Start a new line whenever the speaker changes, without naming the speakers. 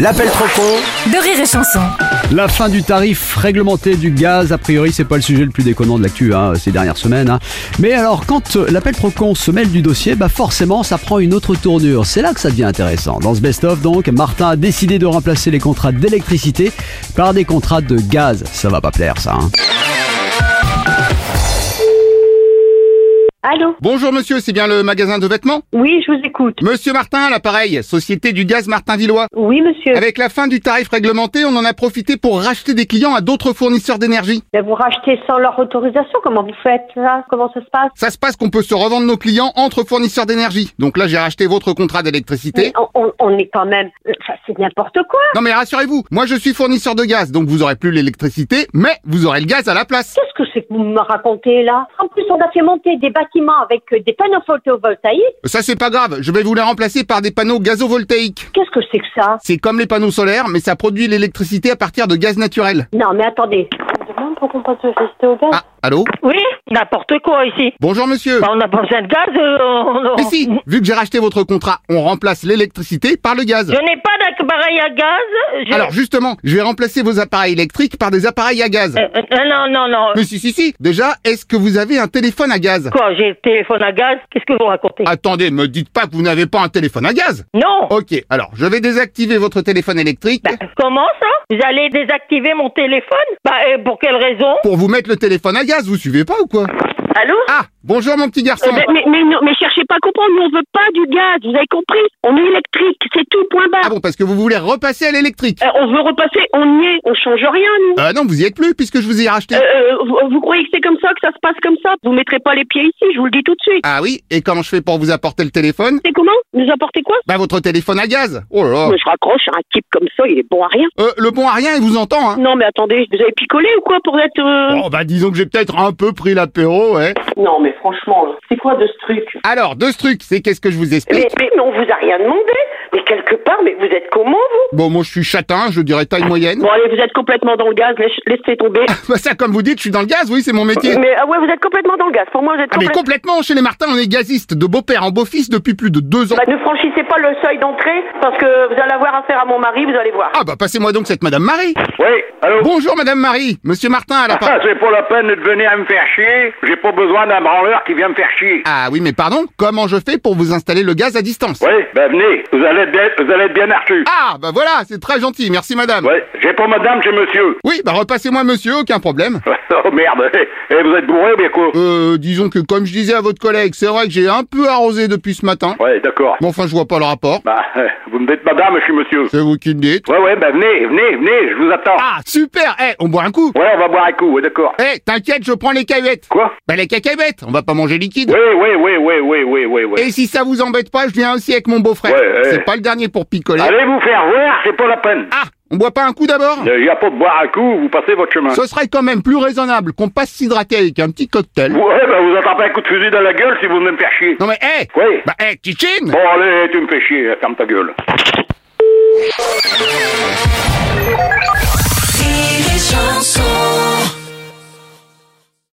L'appel trop con
de rire et chanson.
La fin du tarif réglementé du gaz, a priori, c'est pas le sujet le plus déconnant de l'actu hein, ces dernières semaines. hein. Mais alors, quand euh, l'appel procon se mêle du dossier, bah forcément, ça prend une autre tournure. C'est là que ça devient intéressant. Dans ce best-of, donc, Martin a décidé de remplacer les contrats d'électricité par des contrats de gaz. Ça va pas plaire, ça. hein.
Allô
Bonjour monsieur, c'est bien le magasin de vêtements
Oui, je vous écoute.
Monsieur Martin à l'appareil, Société du gaz Martin Villois.
Oui, monsieur.
Avec la fin du tarif réglementé, on en a profité pour racheter des clients à d'autres fournisseurs d'énergie.
Mais Vous rachetez sans leur autorisation Comment vous faites ça Comment ça se passe
Ça se passe qu'on peut se revendre nos clients entre fournisseurs d'énergie. Donc là, j'ai racheté votre contrat d'électricité.
Mais on, on- on est quand même... euh, Enfin, c'est n'importe quoi
Non mais rassurez-vous, moi je suis fournisseur de gaz, donc vous aurez plus l'électricité, mais vous aurez le gaz à la place.
Qu'est-ce que c'est que vous me racontez là En plus, on a fait monter des bâtiments avec euh, des panneaux photovoltaïques.
Ça c'est pas grave, je vais vous les remplacer par des panneaux gazovoltaïques.
Qu'est-ce que c'est que ça
C'est comme les panneaux solaires, mais ça produit l'électricité à partir de gaz naturel.
Non, mais attendez. pourquoi on passe de rester au gaz
Ah, allô
Oui, n'importe quoi ici.
Bonjour monsieur.
Bah, on n'a pas besoin de gaz. euh, on- on-
Mais si, vu que j'ai racheté votre contrat, on remplace l'électricité par le gaz.
Je n'ai pas d'appareil à gaz. je-
Alors justement, je vais remplacer vos appareils électriques par des appareils à gaz.
Euh, euh, non, non, non.
Mais si, si, si. Déjà, est-ce que vous avez un téléphone à gaz
Quoi, j'ai le téléphone à gaz Qu'est-ce que vous racontez
Attendez, me dites pas que vous n'avez pas un téléphone à gaz.
Non
Ok, alors je vais désactiver votre téléphone électrique
Bah, Comment ça Vous allez désactiver mon téléphone Bah, et pour quelle raison
pour vous mettre le téléphone à gaz. Vous suivez pas ou quoi
Allô
Ah, bonjour mon petit
Euh,
garçon.
Eh ben,
ben,
Mais, mais, non, mais cherchez pas à comprendre, nous on veut pas du gaz, vous avez compris On est électrique, c'est tout, point barre.
Ah bon, parce que vous voulez repasser à l'électrique.
Euh, on veut repasser, on y est, on change rien nous.
Euh, non, vous y êtes plus puisque je vous ai racheté.
Euh, euh, vous, vous croyez que c'est comme ça, que ça se passe comme ça Vous mettrez pas les pieds ici, je vous le dis tout de suite.
Ah oui, et comment je fais pour vous apporter le téléphone
C'est comment Nous apportez quoi
Bah votre téléphone à gaz. Oh là là.
Moi, Je raccroche à un type comme ça, il est bon à rien.
Euh, le bon à rien, il vous entend, hein
Non mais attendez, vous avez picolé ou quoi pour être... euh,
Bon, bah disons que j'ai peut-être un peu pris l'apéro, ouais.
Non mais franchement, là, c'est quoi de ce truc
Alors, deux trucs, c'est qu'est-ce que je vous explique
mais, mais- mais on vous a rien demandé Mais quelque part, mais vous êtes comment vous
Bon, moi je suis châtain, je dirais taille moyenne.
Bon allez, vous êtes complètement dans le gaz, laisse- laissez tomber.
Bah ça, comme vous dites, je suis dans le gaz, oui, c'est mon métier.
Mais ah ouais, vous êtes complètement dans le gaz. Pour moi, vous êtes
Ah mais
complètement...
complètement, chez les Martins, on est gaziste, de beau-père en beau-fils depuis plus de deux ans.
Bah, ne franchissez pas le seuil d'entrée parce que vous allez avoir affaire à mon mari, vous allez voir.
Ah bah passez-moi donc cette Madame Marie.
Oui, allô
Bonjour Madame Marie, Monsieur Martin à la
Ah,
part.
c'est pas la peine de venir à me faire chier. J'ai pas besoin d'un branleur qui vient me faire chier.
Ah oui, mais pardon, comment je fais pour vous installer le gaz à distance
Oui, ben venez. Vous allez être bien, vous allez être bien reçus.
Ah bah voilà, c'est très gentil, merci Madame.
Oui, j'ai pas madame, j'ai monsieur.
Oui, bah repassez-moi Monsieur, aucun problème.
oh merde. Eh, vous êtes bourré ou bien quoi
Euh, disons que comme je disais à votre collègue, c'est vrai que j'ai un peu arrosé depuis ce matin.
Ouais, d'accord.
Mais enfin, je vois pas le rapport.
Bah, euh, vous me dites madame, je suis monsieur.
C'est vous qui le dites.
Ouais, ouais, ben venez, venez, venez, je vous attends.
Mm. Ah, super Eh, on boit un coup
Ouais, on va boire un coup, ouais, d'accord.
Eh, t'inquiète, je prends les cahuètes
Quoi
Bah les cacahuètes, on va pas manger liquide
Oui, oui, oui, oui, oui, oui, oui, oui.
Et si ça vous embête pas, je viens aussi avec mon beau-frère.
Ouais, ouais.
C'est pas le dernier pour picoler.
Allez vous faire voir, c'est pas la peine.
Ah, on boit pas un coup d'abord
Il y a pas de boire un coup, vous passez votre chemin.
Ce serait quand même plus raisonnable qu'on passe s'hydrater avec un petit cocktail.
Ouais, ben vous attrapez un coup de fusil dans la gueule si vous venez me faire chier.
Non mais, eh
Oui.
Bah, eh, Tichine
Bon, allez, tu me fais chier, ferme ta gueule.
Rire et chanson.